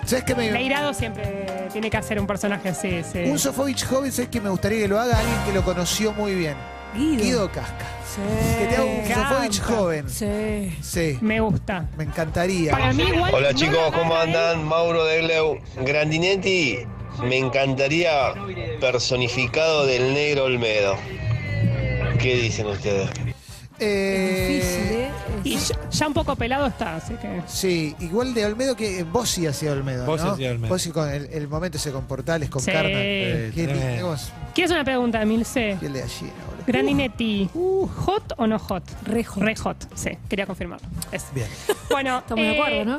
Speaker 3: ¿Sabes qué me
Speaker 4: Leirado siempre tiene que hacer un personaje así. ese.
Speaker 3: Un Sofovich joven, ¿sabes que me gustaría que lo haga alguien que lo conoció muy bien?
Speaker 5: Guido.
Speaker 3: Guido Casca.
Speaker 5: Sí.
Speaker 3: Que te haga un
Speaker 4: encanta.
Speaker 3: Sofovich joven. Sí.
Speaker 5: Sí.
Speaker 4: Me gusta.
Speaker 3: me encantaría.
Speaker 4: Para mí igual.
Speaker 6: Hola
Speaker 4: no
Speaker 6: chicos,
Speaker 4: la
Speaker 6: ¿cómo
Speaker 4: gana ¿eh?
Speaker 6: andan? Mauro de Gleu. Grandinetti, me encantaría personificado del negro Olmedo. ¿Qué dicen ustedes?
Speaker 3: Eh,
Speaker 5: Es difícil, ¿eh?
Speaker 4: él. Y ya, ya un poco pelado está, así que.
Speaker 3: Sí, igual de Olmedo que vos sí hacía Olmedo.
Speaker 2: Bossi
Speaker 3: ¿no?
Speaker 2: hacía Olmedo.
Speaker 3: Bossi con el, el momento ese con portales, con
Speaker 4: Sí.
Speaker 3: carne.
Speaker 4: Eh,
Speaker 3: Qué
Speaker 2: tremendo.
Speaker 3: lindo. Vos,
Speaker 4: ¿Quieres una pregunta, Milce?
Speaker 3: piel de gallina, boludo.
Speaker 4: Grandinetti,
Speaker 3: Uh.
Speaker 4: ¿hot o no hot?
Speaker 5: Re hot.
Speaker 4: Re hot, sí, quería confirmarlo. Es.
Speaker 2: Bien.
Speaker 4: Bueno,
Speaker 5: Estamos de
Speaker 4: eh,
Speaker 5: acuerdo, ¿no?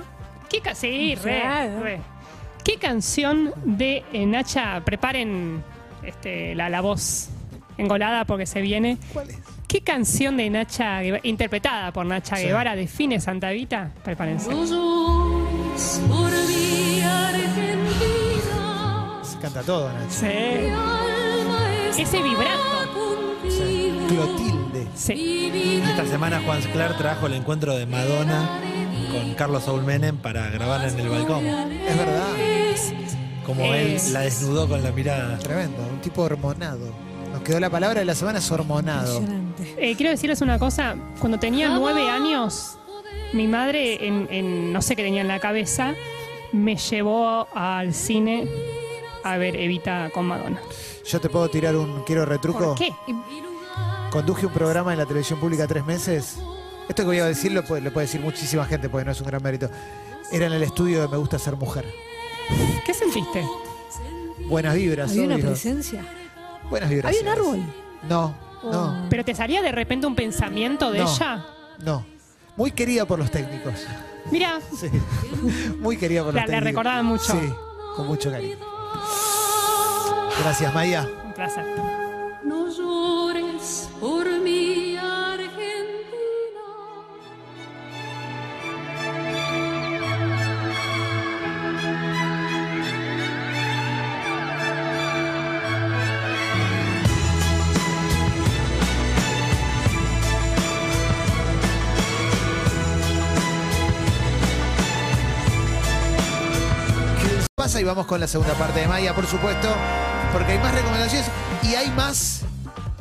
Speaker 4: ¿Qué ca- sí, re,
Speaker 5: Claro.
Speaker 4: re. ¿Qué canción de eh, Nacha? Preparen este, la, la voz engolada porque se viene.
Speaker 3: ¿Cuál es?
Speaker 4: ¿Qué canción de Nacha, Gueva- interpretada por Nacha Guevara, define Santa Vita? Prepárense.
Speaker 7: Ojos por mi Argentina,
Speaker 3: Canta todo, Nacho.
Speaker 4: Sí.
Speaker 7: mi alma está
Speaker 4: Ese vibrato.
Speaker 7: contigo.
Speaker 3: Clotilde.
Speaker 4: Sí.
Speaker 7: Mi vida
Speaker 2: Esta semana Juan Sclar trajo el encuentro de Madonna con Carlos Saúl Menem para grabar en el balcón.
Speaker 3: Es verdad.
Speaker 2: Como
Speaker 4: Es-
Speaker 2: él la desnudó con la mirada.
Speaker 3: Tremendo. Un tipo hormonado. Nos quedó la palabra de la semana es hormonado.
Speaker 5: Impresionante.
Speaker 4: Eh, quiero decirles una cosa. Cuando tenía nueve años, mi madre, en, en- no sé qué tenía en la cabeza, me llevó al cine a ver Evita con Madonna.
Speaker 3: Yo te puedo tirar un quiero retruco.
Speaker 4: ¿Por qué?
Speaker 3: Conduje un programa en la televisión pública tres meses. Esto que voy a decir lo puede, lo puede decir muchísima gente porque no es un gran mérito. Era en el estudio de Me Gusta Ser Mujer.
Speaker 4: ¿Qué sentiste?
Speaker 3: Buenas vibras,
Speaker 5: Había una
Speaker 3: obvio.
Speaker 5: presencia.
Speaker 3: Buenas vibras.
Speaker 5: Había un árbol. Oh.
Speaker 3: No, no,
Speaker 4: ¿Pero te salía de repente un pensamiento de
Speaker 3: No.
Speaker 4: ella?
Speaker 3: no. Muy querida por los técnicos.
Speaker 4: Mira,
Speaker 3: Sí. Muy querida por
Speaker 4: La-
Speaker 3: los
Speaker 4: la
Speaker 3: técnicos.
Speaker 4: recordaba mucho.
Speaker 3: Sí, con mucho cariño. Gracias, Maya.
Speaker 4: un placer.
Speaker 7: No llores por mi Argentina.
Speaker 3: pausa y vamos con la segunda parte de Maya, por supuesto, porque hay más recomendaciones y hay más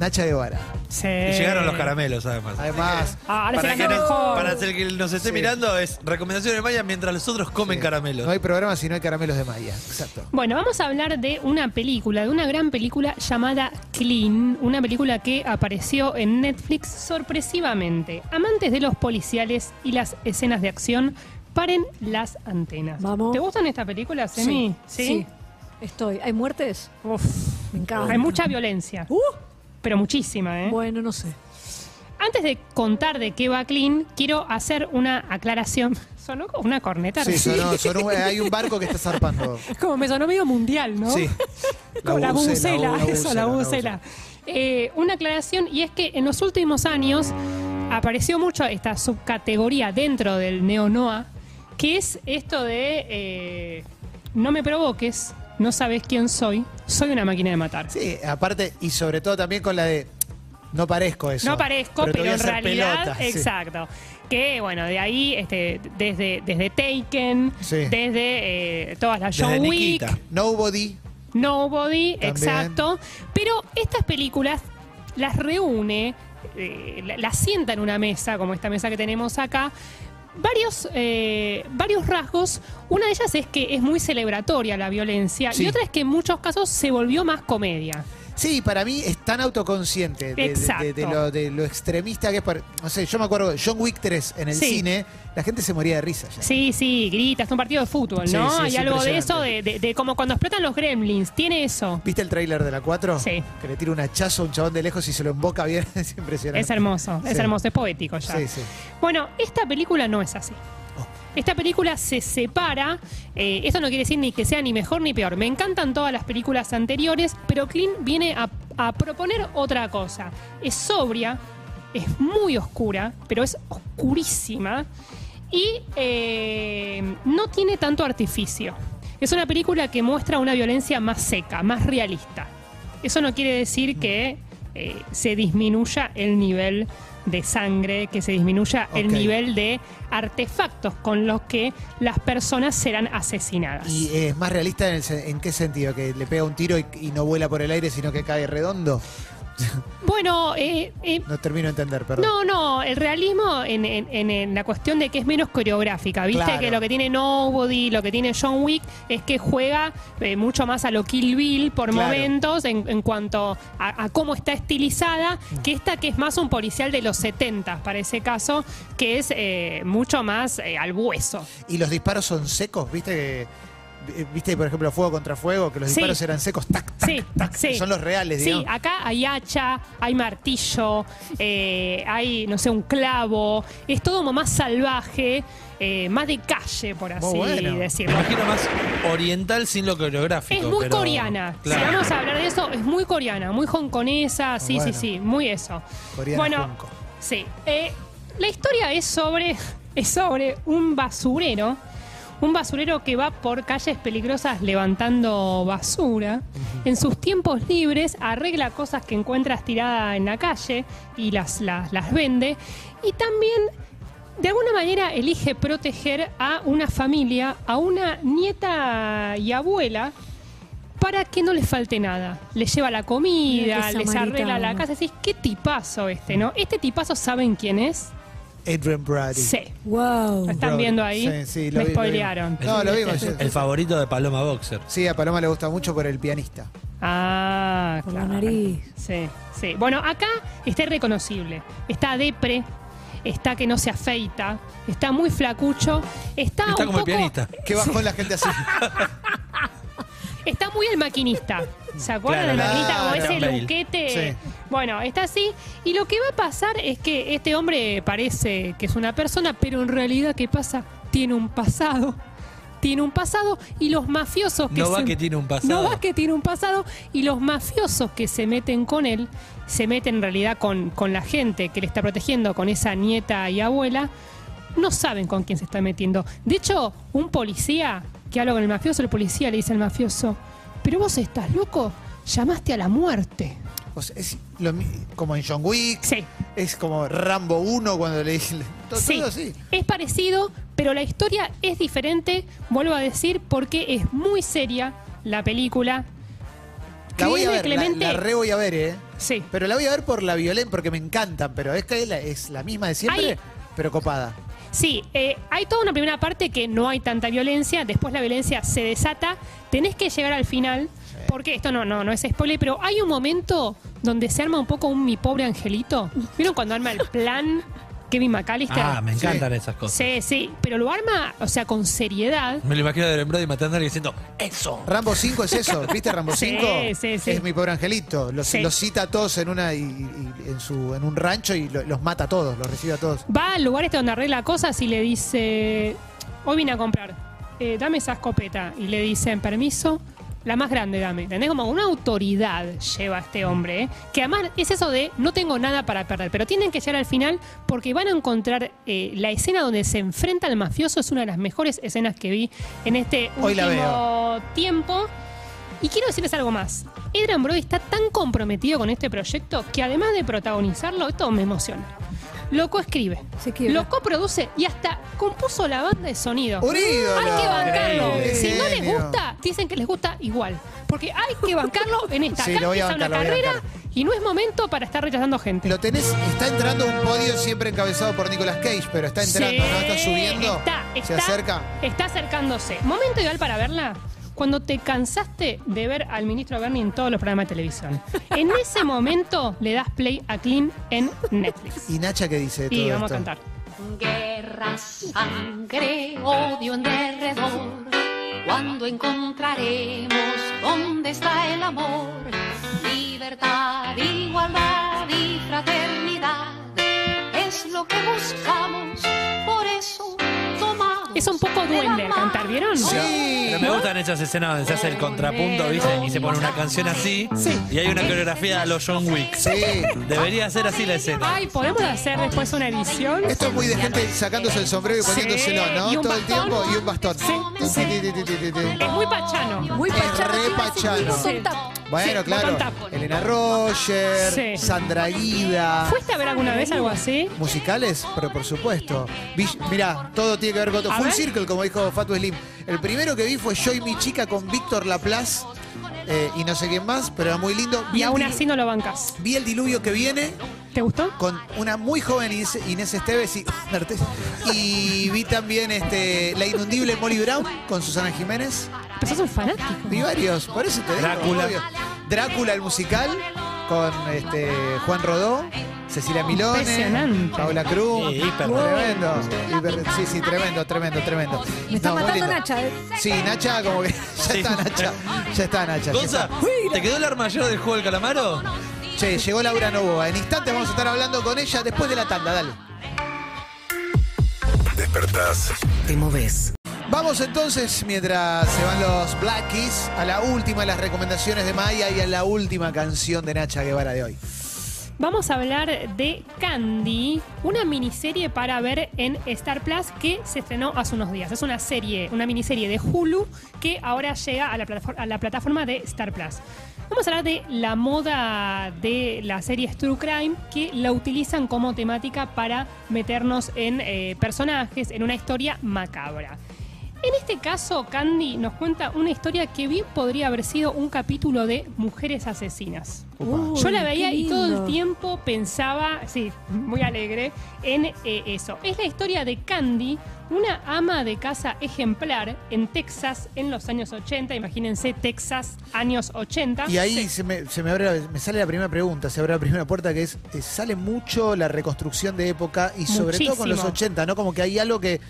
Speaker 3: Nacha Guevara.
Speaker 2: Y llegaron los caramelos, además.
Speaker 3: Además,
Speaker 4: Ah, ahora
Speaker 2: Para,
Speaker 4: será
Speaker 2: que no-
Speaker 4: mejor.
Speaker 2: para el que nos esté
Speaker 3: Sí.
Speaker 2: mirando, es recomendaciones de Maya mientras los otros comen caramelos.
Speaker 3: no hay programa si no hay caramelos de Maya. Exacto.
Speaker 4: Bueno, vamos a hablar de una película, de una gran película llamada Clean, una película que apareció en Netflix sorpresivamente. Amantes de los policiales y las escenas de acción, paren las antenas.
Speaker 5: Vamos.
Speaker 4: ¿Te gustan estas películas, Emi?
Speaker 5: sí. Estoy. ¿Hay muertes?
Speaker 4: Uf.
Speaker 5: Me encanta.
Speaker 4: Hay mucha violencia,
Speaker 5: Uh,
Speaker 4: pero muchísima, ¿eh?
Speaker 5: bueno, no sé.
Speaker 4: Antes de contar de qué va Clean, quiero hacer una aclaración. <laughs> Sonó como una corneta.
Speaker 3: Sí, sonó- sonó- hay un barco que está zarpando.
Speaker 4: Como me sonó medio mundial, <laughs> ¿no?
Speaker 3: Sí.
Speaker 4: Con la bucela, eso, la
Speaker 3: bucela.
Speaker 4: bucela. Eh, una aclaración, y es que en los últimos años apareció mucho esta subcategoría dentro del neonoa, que es esto de eh, no me provoques, no sabes quién soy, soy una máquina de matar.
Speaker 3: Sí, aparte, y sobre todo también con la de no parezco eso.
Speaker 4: No parezco,
Speaker 3: te
Speaker 4: pero,
Speaker 3: voy a
Speaker 4: en
Speaker 3: hacer
Speaker 4: realidad,
Speaker 3: pelota, sí.
Speaker 4: exacto. Que bueno, de ahí, este, desde, desde Taken,
Speaker 3: Sí.
Speaker 4: desde eh, todas las
Speaker 2: Desde
Speaker 4: John Wick,
Speaker 2: Nikita.
Speaker 3: Nobody.
Speaker 4: Nobody,
Speaker 3: También.
Speaker 4: exacto. Pero estas películas las reúne, eh, la- las sienta en una mesa, como esta mesa que tenemos acá, varios, eh, varios rasgos. Una de ellas es que es muy celebratoria la violencia
Speaker 3: Sí.
Speaker 4: y otra es que en muchos casos se volvió más comedia.
Speaker 3: Sí, para mí es tan autoconsciente de- de,
Speaker 4: Exacto.
Speaker 3: de- de lo, de lo extremista que es. para- no sé, yo me acuerdo, John Wick 3 en el
Speaker 4: Sí.
Speaker 3: cine, la gente se moría de risa. Ya.
Speaker 4: Sí, sí, gritas, es un partido de fútbol,
Speaker 3: Sí,
Speaker 4: ¿no?
Speaker 3: sí, es
Speaker 4: Hay algo de eso, de,
Speaker 3: impresionante.
Speaker 4: de- de como cuando explotan los gremlins, tiene eso.
Speaker 3: ¿Viste el tráiler de la 4?
Speaker 4: Sí.
Speaker 3: Que le tira un hachazo a un chabón de lejos y se lo emboca bien. <laughs> es impresionante.
Speaker 4: Es hermoso, es
Speaker 3: Sí.
Speaker 4: hermoso, es poético ya.
Speaker 3: Sí, sí.
Speaker 4: Bueno, esta película no es así. Esta película se separa, eh, eso no quiere decir ni que sea ni mejor ni peor. Me encantan todas las películas anteriores, pero Clint viene a, a proponer otra cosa. Es sobria, es muy oscura, pero es oscurísima y eh, no tiene tanto artificio. Es una película que muestra una violencia más seca, más realista. Eso no quiere decir que eh, se disminuya el nivel de sangre, que se disminuya el
Speaker 3: Ok.
Speaker 4: nivel de artefactos con los que las personas serán asesinadas.
Speaker 3: ¿Y eh, es más realista en, el se- en qué sentido? ¿Que le pega un tiro y, y no vuela por el aire, sino que cae redondo?
Speaker 4: bueno, eh, eh,
Speaker 3: No termino de entender, perdón.
Speaker 4: No, no, el realismo en, en- en- en la cuestión de que es menos coreográfica. Viste
Speaker 3: Claro.
Speaker 4: que lo que tiene Nobody, lo que tiene John Wick, es que juega eh, mucho más a lo Kill Bill por
Speaker 3: Claro.
Speaker 4: momentos en, en cuanto a, a cómo está estilizada,
Speaker 3: Mm.
Speaker 4: que esta que es más un policial de los 70 para ese caso, que es eh, mucho más eh, al hueso.
Speaker 3: Y los disparos son secos, ¿viste? Que- eh, ¿Viste, por ejemplo, fuego contra fuego? Que los
Speaker 4: Sí.
Speaker 3: disparos eran secos, tac, tac,
Speaker 4: Sí,
Speaker 3: tac.
Speaker 4: sí.
Speaker 3: Son los reales,
Speaker 4: Sí, Ah.
Speaker 3: digamos.
Speaker 4: acá hay hacha, hay martillo, eh, hay, no sé, un clavo. Es todo como más salvaje, eh, más de calle, por así
Speaker 3: Oh, bueno.
Speaker 2: Me
Speaker 4: decirlo.
Speaker 2: imagino más oriental sin lo coreográfico.
Speaker 4: Es muy
Speaker 2: pero-
Speaker 4: coreana.
Speaker 2: Claro.
Speaker 4: Si vamos a hablar de eso, es muy coreana, muy hongkonesa, sí,
Speaker 3: Bueno.
Speaker 4: sí, sí, muy eso.
Speaker 3: Coreana
Speaker 4: bueno,
Speaker 3: junco.
Speaker 4: sí. Eh, la historia es sobre, <laughs> es sobre un basurero, un basurero que va por calles peligrosas levantando basura. En sus tiempos libres arregla cosas que encuentra tiradas en la calle y las, las, las vende. Y también de alguna manera elige proteger a una familia, a una nieta y abuela, para que no les falte nada. Les lleva la
Speaker 5: Mira
Speaker 4: comida,
Speaker 5: qué
Speaker 4: les arregla la
Speaker 5: samaritano.
Speaker 4: casa. Decís, qué tipazo este, ¿no? Este tipazo, ¿saben quién es?
Speaker 3: Adrian Brody.
Speaker 4: Sí.
Speaker 5: Wow.
Speaker 4: Lo están
Speaker 3: Brody.
Speaker 4: viendo ahí.
Speaker 3: Sí, sí, lo
Speaker 4: Me
Speaker 3: vi, lo
Speaker 4: spoilearon.
Speaker 3: vi. No, lo vimos. sí.
Speaker 2: El favorito de Paloma Boxer.
Speaker 3: Sí, a Paloma le gusta mucho por el pianista.
Speaker 4: Ah,
Speaker 5: Por la
Speaker 4: claro.
Speaker 5: nariz.
Speaker 4: Sí, sí. Bueno, acá está irreconocible. Está depre, está que no se afeita, está muy flacucho, está,
Speaker 2: Está
Speaker 4: un
Speaker 2: como el
Speaker 4: poco-
Speaker 2: pianista.
Speaker 3: ¿Qué bajó la gente así?
Speaker 4: Está muy el maquinista. ¿Se
Speaker 2: Claro,
Speaker 4: acuerdan de la
Speaker 3: claro,
Speaker 4: maquinista como
Speaker 3: claro.
Speaker 4: ese
Speaker 2: Bale.
Speaker 4: luquete?
Speaker 3: Sí.
Speaker 4: Bueno, está así. Y lo que va a pasar es que este hombre parece que es una persona, pero en realidad, ¿qué pasa? Tiene un pasado. Tiene un pasado y los mafiosos que
Speaker 2: No va
Speaker 4: se-
Speaker 2: que tiene un pasado.
Speaker 4: No va que tiene un pasado y los mafiosos que se meten con él, se meten en realidad con, con la gente que le está protegiendo, con esa nieta y abuela, no saben con quién se está metiendo. De hecho, un policía que habla con el mafioso, el policía le dice al mafioso, pero vos estás loco, llamaste a la muerte.
Speaker 3: O sea, es lo mi- como en John Wick.
Speaker 4: Sí.
Speaker 3: Es como Rambo 1 cuando le dicen. Todo, todo así.
Speaker 4: Es parecido, Pero la historia es diferente, vuelvo a decir, porque es muy seria la película.
Speaker 3: La voy a
Speaker 4: Viene
Speaker 3: ver, la-
Speaker 4: Clemente-
Speaker 3: la, re voy a ver, ¿eh?
Speaker 4: Sí.
Speaker 3: Pero la voy a ver por la violencia, porque me encantan, pero es que es la, es la misma de siempre,
Speaker 4: Ay.
Speaker 3: pero copada.
Speaker 4: Sí, eh, hay toda una primera parte que no hay tanta violencia, después la violencia se desata, tenés que llegar al final, porque esto no, no, no es spoiler, pero hay un momento donde se arma un poco un mi pobre angelito. ¿Vieron cuando arma el
Speaker 2: <laughs>
Speaker 4: plan Kevin McAllister?
Speaker 2: Ah, me encantan esas cosas.
Speaker 4: Sí, sí, pero lo arma, o sea, con seriedad.
Speaker 2: Me lo imagino de Brody matando a alguien diciendo, ¡Eso!
Speaker 3: Rambo 5 es eso, ¿viste Rambo
Speaker 4: <laughs> Sí,
Speaker 3: 5?
Speaker 4: sí, sí.
Speaker 3: Es mi pobre angelito. Los,
Speaker 4: Sí.
Speaker 3: los cita a todos en una y, y- en su en un rancho y lo- los mata a todos, los recibe a todos.
Speaker 4: Va al lugar este donde arregla cosas y le dice, hoy vine a comprar, eh, dame esa escopeta. Y le dicen, permiso, la más grande dame. ¿Entendés? Como una autoridad lleva este hombre, ¿eh? que además es eso de, no tengo nada para perder, pero tienen que llegar al final porque van a encontrar eh, la escena donde se enfrenta al mafioso, es una de las mejores escenas que vi en este
Speaker 3: Hoy la
Speaker 4: último tiempo. Y quiero decirles algo más. Adrian Brody está tan comprometido con este proyecto que además de protagonizarlo, esto me emociona. Lo coescribe,
Speaker 5: Se quiebra.
Speaker 4: lo coproduce y hasta compuso la banda de sonido.
Speaker 3: ¡Un ídolo!
Speaker 4: Hay que bancarlo.
Speaker 2: Increíble.
Speaker 4: Si no les
Speaker 3: Genio.
Speaker 4: gusta, dicen que les gusta igual. Porque hay que bancarlo en esta.
Speaker 3: Sí,
Speaker 4: Acá
Speaker 3: lo voy a
Speaker 4: empieza
Speaker 3: bancar, lo
Speaker 4: una
Speaker 3: voy a
Speaker 4: carrera
Speaker 3: bancar.
Speaker 4: y no es momento para estar rechazando gente.
Speaker 3: Lo tenés, está entrando a un podio siempre encabezado por Nicolas Cage, pero está entrando,
Speaker 4: Sí,
Speaker 3: ¿no? Está subiendo.
Speaker 4: Está,
Speaker 3: se
Speaker 4: está-
Speaker 3: acerca.
Speaker 4: Está acercándose. Momento ideal para verla. Cuando te cansaste de ver al ministro Bernie en todos los programas de televisión. En ese momento le das play a Clean en Netflix.
Speaker 3: ¿Y Nacha qué dice de todo
Speaker 4: Y vamos a
Speaker 3: esto?
Speaker 4: cantar.
Speaker 7: Guerra, sangre, odio en derredor. Cuando encontraremos dónde está el amor, libertad, igualdad y fraternidad. Es lo que buscamos, por eso tomamos.
Speaker 4: Es un poco
Speaker 7: de la
Speaker 4: duende al
Speaker 7: mano.
Speaker 4: cantar, ¿vieron?
Speaker 3: Sí.
Speaker 2: Pero me gustan esas escenas donde se hace el
Speaker 4: Eh,
Speaker 2: contrapunto, ¿viste? Y se pone una canción así. Y hay una coreografía a los John Wick.
Speaker 3: Sí.
Speaker 2: Debería ser así la escena.
Speaker 4: Ay, ¿podemos hacer después una edición?
Speaker 3: Esto es muy de gente sacándose el sombrero y
Speaker 4: Sí.
Speaker 3: poniéndoselo, ¿no?
Speaker 4: Y un
Speaker 3: Todo el
Speaker 4: bastón.
Speaker 3: tiempo y un bastón.
Speaker 4: Sí.
Speaker 3: Ti, ti, ti, ti, ti, ti.
Speaker 4: Es muy pachano.
Speaker 5: Muy
Speaker 3: Es
Speaker 5: pachano.
Speaker 3: re
Speaker 5: te iba a decir,
Speaker 3: pachano.
Speaker 5: Wilson Tap.
Speaker 3: Bueno,
Speaker 4: Sí,
Speaker 3: claro.
Speaker 4: botón tapo.
Speaker 3: Elena Roger,
Speaker 4: Sí.
Speaker 3: Sandra Guida.
Speaker 4: ¿Fuiste a ver alguna vez algo así?
Speaker 3: Musicales, pero por supuesto. Vi- mirá, todo tiene que ver con todo.
Speaker 4: A
Speaker 3: Full
Speaker 4: ver.
Speaker 3: Circle, como dijo Fatu Slim. El primero que vi fue Yo y mi chica con Víctor Laplace eh, y no sé quién más, pero era muy lindo. Vi
Speaker 4: Y
Speaker 3: el
Speaker 4: aún
Speaker 3: dilu-
Speaker 4: así no lo bancas.
Speaker 3: Vi el diluvio que viene
Speaker 4: ¿Te gustó?
Speaker 3: con una muy joven Inés, Inés Esteves y, <laughs> Mertes. y vi también este, la inundible Molly Brown con Susana Jiménez.
Speaker 4: Pero sos un fanático.
Speaker 3: Vi varios, por eso te digo,
Speaker 2: Drácula.
Speaker 3: obvio. Drácula, el musical, con este, Juan Rodó, Cecilia Milone,
Speaker 4: Impresionante.
Speaker 3: Paula Cruz.
Speaker 2: Sí, hiper.
Speaker 3: Tremendo. Hiper- sí, sí, tremendo, tremendo, tremendo.
Speaker 5: Me está
Speaker 3: No, muy
Speaker 5: matando
Speaker 3: lindo.
Speaker 5: Nacha. eh.
Speaker 3: Sí, Nacha, como que <laughs> ya está Nacha. Ya está Nacha. ya
Speaker 2: Gonza,
Speaker 3: está.
Speaker 2: ¿te quedó el armallero del juego del calamaro?
Speaker 3: Che, llegó Laura Novoa. En instantes vamos a estar hablando con ella después de la tanda, dale.
Speaker 8: Despertás.
Speaker 9: Te moves.
Speaker 3: Vamos entonces, mientras se van los Black Keys, a la última de las recomendaciones de Maya y a la última canción de Nacha Guevara de hoy.
Speaker 4: Vamos a hablar de Candy, una miniserie para ver en Star Plus que se estrenó hace unos días. Es una serie, una miniserie de Hulu que ahora llega a la, platafor- a la plataforma de Star Plus. Vamos a hablar de la moda de las series True Crime que la utilizan como temática para meternos en eh, personajes, en una historia macabra. En este caso, Candy nos cuenta una historia que bien podría haber sido un capítulo de Mujeres Asesinas.
Speaker 5: Uy,
Speaker 4: Yo la veía
Speaker 5: qué
Speaker 4: y todo el
Speaker 5: lindo.
Speaker 4: tiempo pensaba, sí, muy alegre, en eh, eso. Es la historia de Candy, una ama de casa ejemplar en Texas en los años 80. Imagínense, Texas, años 80.
Speaker 3: Y ahí se me, se me abre la- me sale la primera pregunta, se abre la primera puerta que es, eh, sale mucho la reconstrucción de época y sobre todo con los
Speaker 4: Muchísimo.
Speaker 3: 80, ¿no? Como que hay algo que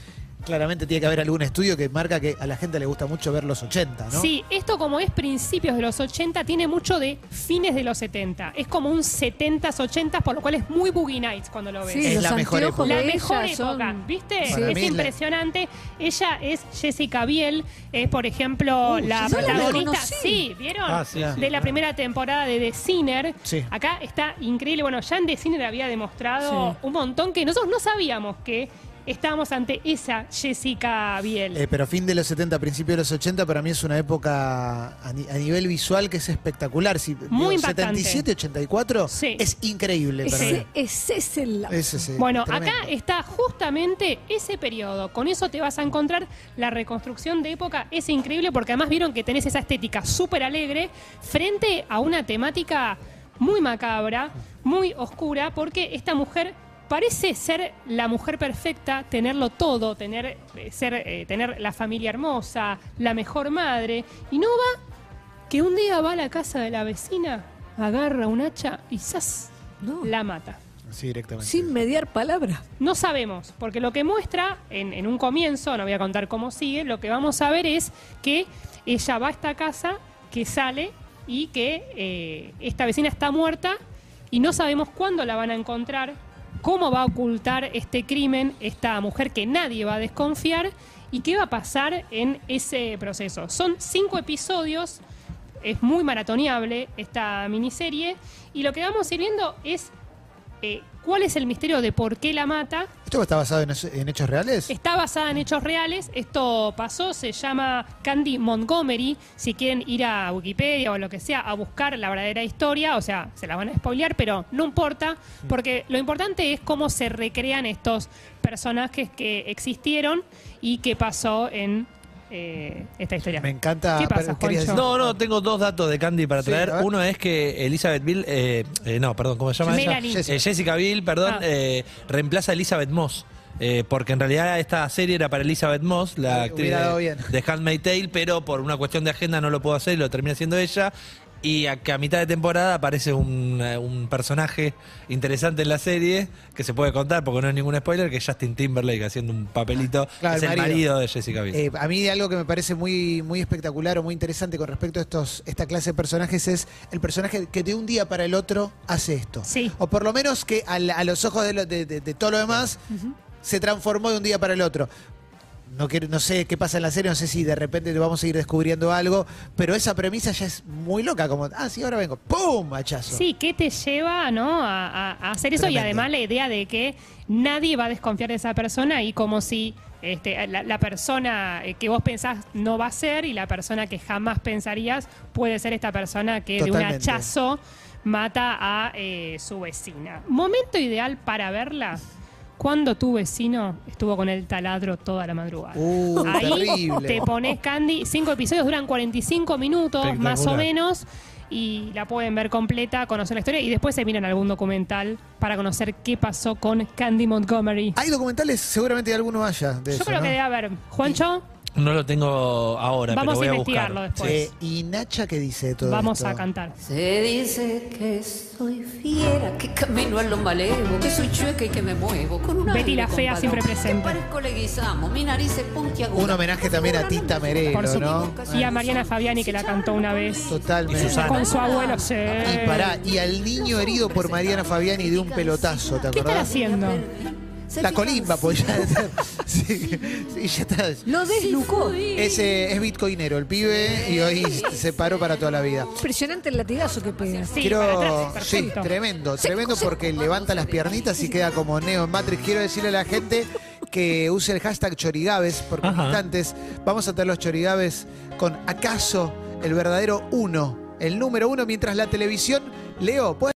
Speaker 3: claramente tiene que haber algún estudio que marca que a la gente le gusta mucho ver los 80, ¿no?
Speaker 4: Sí, esto como es principios de los 80, tiene mucho de fines de los 70. Es como un 70s, 80s, por lo cual es muy Boogie Nights cuando lo ves.
Speaker 5: Sí,
Speaker 3: Es
Speaker 5: los
Speaker 3: la mejor
Speaker 5: anteojos
Speaker 4: La
Speaker 5: de
Speaker 4: mejor
Speaker 5: ella son-
Speaker 4: época, ¿viste?
Speaker 3: Para mí
Speaker 4: Es
Speaker 3: la-
Speaker 4: impresionante. Ella es Jessica Biel, es por ejemplo
Speaker 5: Uh,
Speaker 4: la
Speaker 5: yo no la
Speaker 4: protagonista.
Speaker 5: reconocí.
Speaker 4: sí, ¿vieron?
Speaker 2: Ah, sí,
Speaker 4: de
Speaker 2: sí,
Speaker 4: la primera temporada de The Sinner.
Speaker 3: Sí.
Speaker 4: Acá está increíble. Bueno, ya en The Sinner había demostrado
Speaker 5: Sí.
Speaker 4: un montón que nosotros no sabíamos que estábamos ante esa Jessica Biel.
Speaker 3: Eh, pero fin de los 70, principio de los 80, para mí es una época a, ni- a nivel visual que es espectacular. Si,
Speaker 4: Muy impactante.
Speaker 3: 77, 84
Speaker 4: Sí.
Speaker 3: es increíble para
Speaker 4: Sí.
Speaker 3: mí.
Speaker 5: Ese es el lado.
Speaker 3: Ese sí,
Speaker 4: Bueno,
Speaker 3: tremendo.
Speaker 4: acá está justamente ese periodo. Con eso te vas a encontrar la reconstrucción de época. Es increíble porque además vieron que tenés esa estética súper alegre frente a una temática muy macabra, muy oscura, porque esta mujer parece ser la mujer perfecta, tenerlo todo, tener, eh, ser, eh, tener la familia hermosa, la mejor madre, y no va que un día va a la casa de la vecina, agarra un hacha y ¡zas!
Speaker 5: No.
Speaker 4: la mata.
Speaker 3: Sí, directamente.
Speaker 5: Sin mediar palabra.
Speaker 4: No sabemos, porque lo que muestra en, en un comienzo, no voy a contar cómo sigue, lo que vamos a ver es que ella va a esta casa, que sale y que eh, esta vecina está muerta y no sabemos cuándo la van a encontrar, cómo va a ocultar este crimen esta mujer que nadie va a desconfiar y qué va a pasar en ese proceso. Son cinco episodios es muy maratoneable esta miniserie y lo que vamos a ir viendo es eh, cuál es el misterio de por qué la mata.
Speaker 3: ¿Esto está basado en, en hechos reales?
Speaker 4: Está basada en hechos reales, esto pasó, se llama Candy Montgomery, si quieren ir a Wikipedia o lo que sea a buscar la verdadera historia, o sea, se la van a spoilear, pero no importa, porque lo importante es cómo se recrean estos personajes que existieron y qué pasó en eh, esta historia.
Speaker 3: Me encanta.
Speaker 4: ¿Qué
Speaker 3: pero
Speaker 4: pasa,
Speaker 3: quería
Speaker 4: Juancho?
Speaker 3: decir-
Speaker 2: No, no, tengo dos datos de Candy para
Speaker 3: Sí,
Speaker 2: traer.
Speaker 3: a ver.
Speaker 2: Uno es que Elizabeth Bill, eh, eh, no, perdón, ¿cómo se llama
Speaker 4: Melanie.
Speaker 2: ella? Eh, Jessica Bill, perdón,
Speaker 4: Ah.
Speaker 2: eh, reemplaza a Elizabeth Moss. eh, porque en realidad esta serie era para Elizabeth Moss, la
Speaker 3: Hubiera
Speaker 2: actriz
Speaker 3: dado
Speaker 2: de,
Speaker 3: bien.
Speaker 2: de Handmaid's Tale, pero por una cuestión de agenda no lo puedo hacer y lo termina haciendo ella. Y a, que a mitad de temporada aparece un, eh, un personaje interesante en la serie que se puede contar porque no es ningún spoiler, que es Justin Timberlake haciendo un papelito.
Speaker 3: Claro,
Speaker 2: es
Speaker 3: el
Speaker 2: el marido.
Speaker 3: marido
Speaker 2: de Jessica Biel.
Speaker 3: Eh, a mí algo que me parece muy, muy espectacular o muy interesante con respecto a estos, esta clase de personajes es el personaje que de un día para el otro hace esto.
Speaker 4: Sí.
Speaker 3: O por lo menos que al- a, los ojos de, lo- de- de- de todo lo demás se transformó de un día para el otro. No, quiero- no sé qué pasa en la serie, no sé si de repente te vamos a ir descubriendo algo, pero esa premisa ya es muy loca, como, ah, sí, ahora vengo, ¡pum! Hachazo.
Speaker 4: Sí, ¿qué te lleva ¿no? a, a- a hacer eso? Y
Speaker 3: Tremendo.
Speaker 4: además la idea de que nadie va a desconfiar de esa persona y como si este, la, la persona eh, que vos pensás no va a ser y la persona que jamás pensarías puede ser esta persona que de un
Speaker 3: Totalmente.
Speaker 4: hachazo mata a eh, su vecina. ¿Momento ideal para verla? Cuando tu vecino estuvo con el taladro toda la madrugada.
Speaker 3: Uh,
Speaker 4: Ahí
Speaker 3: terrible.
Speaker 4: te pones Candy. Cinco episodios duran 45 minutos, más o
Speaker 2: Espectacular.
Speaker 4: menos. Y la pueden ver completa, conocer la historia y después se miran algún documental para conocer qué pasó con Candy Montgomery.
Speaker 3: Hay documentales, seguramente alguno haya de Ah,
Speaker 4: Yo
Speaker 3: eso,
Speaker 4: creo
Speaker 3: ¿no?
Speaker 4: que debe haber. Juancho,
Speaker 2: No lo tengo ahora, pero
Speaker 4: Vamos
Speaker 2: voy
Speaker 4: a
Speaker 2: a,
Speaker 4: investigarlo
Speaker 2: buscar.
Speaker 4: después.
Speaker 3: Eh, ¿Y Nacha qué dice de todo
Speaker 4: vamos
Speaker 3: esto?
Speaker 4: a cantar.
Speaker 7: Se dice que soy fiera, que camino a lo malevo, que soy chueca y que me muevo con una.
Speaker 4: Betty la fea siempre presente.
Speaker 7: Parezco leguizamo, mi nariz es puntiaguda.
Speaker 3: Un homenaje también a Tita Merelo,
Speaker 4: Por su-
Speaker 3: ¿no?
Speaker 4: Y a Mariana Fabiani que la cantó una vez.
Speaker 3: Totalmente.
Speaker 2: Y Susana.
Speaker 4: Con su abuelo, sí.
Speaker 3: Y pará, y al niño herido por Mariana Fabiani de un pelotazo, ¿te
Speaker 4: ¿Qué están
Speaker 3: acordás?
Speaker 4: haciendo?
Speaker 3: La colimba, pues ya. <laughs> sí, sí, ya está.
Speaker 5: Lo deslucó.
Speaker 3: Es, eh, es bitcoinero el pibe y hoy se paró para toda la vida.
Speaker 5: Impresionante el latigazo que pega.
Speaker 4: Sí, para
Speaker 3: Quiero.
Speaker 4: atrás,
Speaker 3: Sí,
Speaker 4: perfecto.
Speaker 3: tremendo, tremendo porque levanta las piernitas y queda como Neo en Matrix. Quiero decirle a la gente que use el hashtag Chorigaves porque en
Speaker 2: Ajá.
Speaker 3: instantes vamos a tener los Chorigaves con acaso el verdadero uno, el número uno, mientras la televisión. Leo, ¿puedes?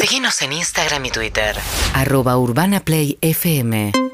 Speaker 8: Síguenos en Instagram y Twitter. Arroba Urbana Play FM.